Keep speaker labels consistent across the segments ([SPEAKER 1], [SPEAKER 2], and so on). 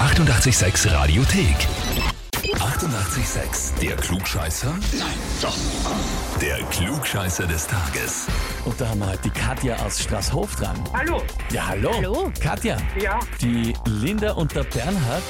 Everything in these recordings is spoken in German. [SPEAKER 1] 886 Radiothek. 88,6. Der Klugscheißer? Nein, doch. Der Klugscheißer des Tages.
[SPEAKER 2] Und da haben wir halt die Katja aus Straßhof dran.
[SPEAKER 3] Hallo.
[SPEAKER 2] Ja, hallo.
[SPEAKER 4] Hallo.
[SPEAKER 2] Katja,
[SPEAKER 3] Ja,
[SPEAKER 2] die Linda und der Bernhard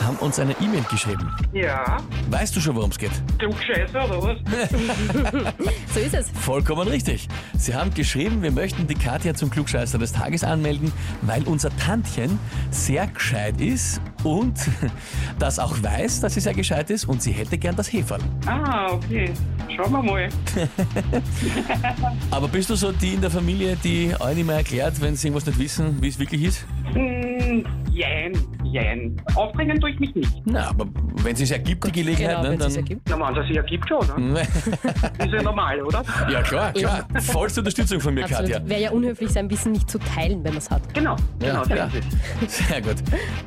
[SPEAKER 2] haben uns eine E-Mail geschrieben.
[SPEAKER 3] ja.
[SPEAKER 2] Weißt du schon, worum es geht?
[SPEAKER 3] Klugscheißer oder was?
[SPEAKER 4] So ist es.
[SPEAKER 2] Vollkommen richtig. Sie haben geschrieben, wir möchten die Katja zum Klugscheißer des Tages anmelden, weil unser Tantchen sehr gescheit ist und das auch weiß, dass sie sehr gescheit ist und sie hätte gern das Heferl.
[SPEAKER 3] Ah, okay. Schauen wir mal.
[SPEAKER 2] Aber bist du so die in der Familie, die allen immer erklärt, wenn sie irgendwas nicht wissen, wie es wirklich ist?
[SPEAKER 3] Hm, jein, jein. Aufbringen tue ich mich nicht.
[SPEAKER 2] Na, aber wenn sie es ergibt, die Gelegenheit,
[SPEAKER 4] Genau,
[SPEAKER 2] ne,
[SPEAKER 4] wenn
[SPEAKER 2] dann...
[SPEAKER 4] es ergibt.
[SPEAKER 3] Na, man, das hier gibt schon, ne? Ist ja normal, oder?
[SPEAKER 2] Ja, klar, klar. Vollste Unterstützung von mir,
[SPEAKER 4] Absolut.
[SPEAKER 2] Katja.
[SPEAKER 4] Wäre ja unhöflich, sein Wissen nicht zu teilen, wenn man es hat.
[SPEAKER 3] Genau, genau,
[SPEAKER 2] ja.
[SPEAKER 3] das ist
[SPEAKER 2] Sehr gut.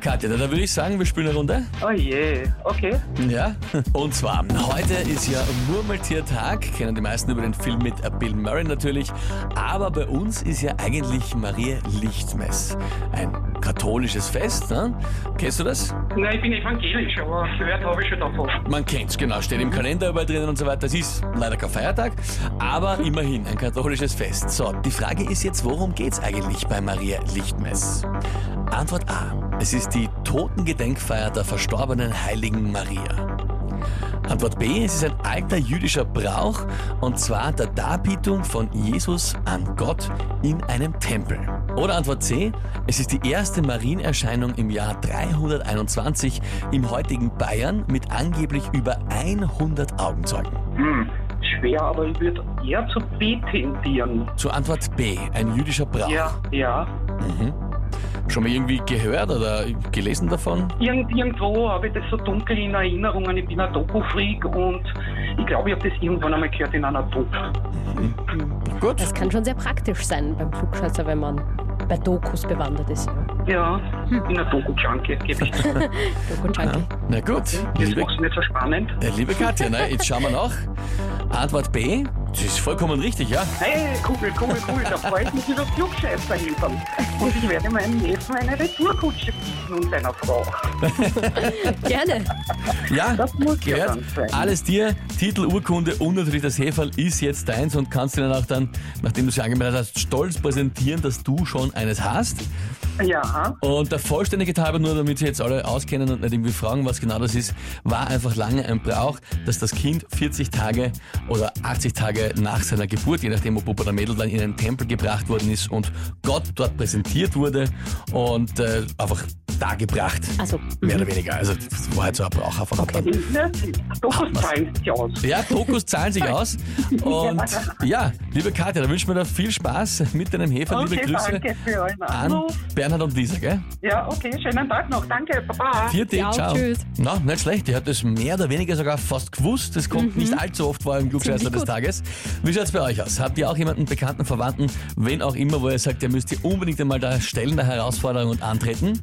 [SPEAKER 2] Katja, dann würde ich sagen, wir spielen eine Runde.
[SPEAKER 3] es. Oh je, okay.
[SPEAKER 2] Ja. Und zwar, heute ist ja Murmeltiertag. Kennen die meisten über den Film mit Bill Murray natürlich. Aber bei uns ist ja eigentlich Maria Lichtmess. Ein katholisches Fest. Ne? Kennst du das?
[SPEAKER 3] Na, ich bin evangelisch, aber gehört habe ich schon davon.
[SPEAKER 2] Man kennt's, genau. Steht im Kalender überall drinnen und so weiter. Das ist leider kein Feiertag, aber immerhin ein katholisches Fest. So, die Frage ist jetzt, worum geht's eigentlich bei Maria Lichtmess? Antwort A. Es ist die Totengedenkfeier der verstorbenen heiligen Maria. Antwort B. Es ist ein alter jüdischer Brauch und zwar der Darbietung von Jesus an Gott in einem Tempel. Oder Antwort C. Es ist die erste Marienerscheinung im Jahr 321 im heutigen Bayern mit angeblich über 100 Augenzeugen.
[SPEAKER 3] Hm, schwer, aber ich würde eher zu B tendieren.
[SPEAKER 2] Zur Antwort B. Ein jüdischer Brauch.
[SPEAKER 3] Ja, ja.
[SPEAKER 2] Mhm. Schon mal irgendwie gehört oder gelesen davon?
[SPEAKER 3] Irgend, irgendwo habe ich das so dunkel in Erinnerungen. Ich bin ein Doku-Freak und ich glaube, ich habe das irgendwann einmal gehört in einer Doku.
[SPEAKER 2] Mhm. Gut.
[SPEAKER 4] Das kann schon sehr praktisch sein beim Flugscheißer, wenn man bei Dokus bewandert ist. Ja.
[SPEAKER 3] Ja,
[SPEAKER 2] Hm.
[SPEAKER 3] ich bin ein Doku-Junkie, gebe ich zu.
[SPEAKER 4] Doku-Junkie.
[SPEAKER 2] Ja. Na gut.
[SPEAKER 3] Das
[SPEAKER 2] Liebe
[SPEAKER 3] macht nicht so spannend.
[SPEAKER 2] Äh, Liebe Katja, ne, jetzt schauen wir nach. Antwort B, das ist vollkommen richtig, ja.
[SPEAKER 3] Hey, cool, cool, cool, da freut mich über Flugscheißer liefern. Und ich werde meinem Neffen eine Retourkutsche bieten und seiner Frau.
[SPEAKER 4] Gerne.
[SPEAKER 2] Ja,
[SPEAKER 3] Das muss ja
[SPEAKER 2] gehört.
[SPEAKER 3] dann sein.
[SPEAKER 2] Alles dir, Titel, Urkunde und natürlich das Heferl ist jetzt deins und kannst dir dann auch dann, nachdem du es angemeldet hast, stolz präsentieren, dass du schon eines hast.
[SPEAKER 3] Ja,
[SPEAKER 2] Und der Vollständigkeit halber, nur damit sie jetzt alle auskennen und nicht irgendwie fragen, was genau das ist, war einfach lange ein Brauch, dass das Kind 40 Tage oder 80 Tage nach seiner Geburt, je nachdem ob Bub oder Mädel, dann in einen Tempel gebracht worden ist und Gott dort präsentiert wurde und äh, einfach dargebracht.
[SPEAKER 4] Also,
[SPEAKER 2] Mehr oder weniger. Also das war halt so ein Brauch einfach. Okay.
[SPEAKER 3] ne? Dokus zahlen sich aus.
[SPEAKER 2] Ja, Fokus zahlen sich aus. Und ja, liebe Katja, da wünschen wir dir viel Spaß mit deinem Hefer.
[SPEAKER 3] Okay,
[SPEAKER 2] liebe Grüße
[SPEAKER 3] danke für euren
[SPEAKER 2] an
[SPEAKER 3] Anruf.
[SPEAKER 2] Bernhard und Lisa, gell?
[SPEAKER 3] Ja, okay, schönen Tag noch. Danke, Baba.
[SPEAKER 2] Vierte,
[SPEAKER 4] Ja,
[SPEAKER 2] ciao.
[SPEAKER 4] tschüss.
[SPEAKER 2] Na, nicht schlecht. Die hat das mehr oder weniger sogar fast gewusst. Das kommt nicht allzu oft vor im Glückscheißer
[SPEAKER 4] Mhm. Ziemlich
[SPEAKER 2] des
[SPEAKER 4] gut.
[SPEAKER 2] Tages. Wie schaut's bei euch aus? Habt ihr auch jemanden, Bekannten, Verwandten, wen auch immer, wo ihr sagt, ihr müsst ihr unbedingt einmal da stellen, der Herausforderung und antreten?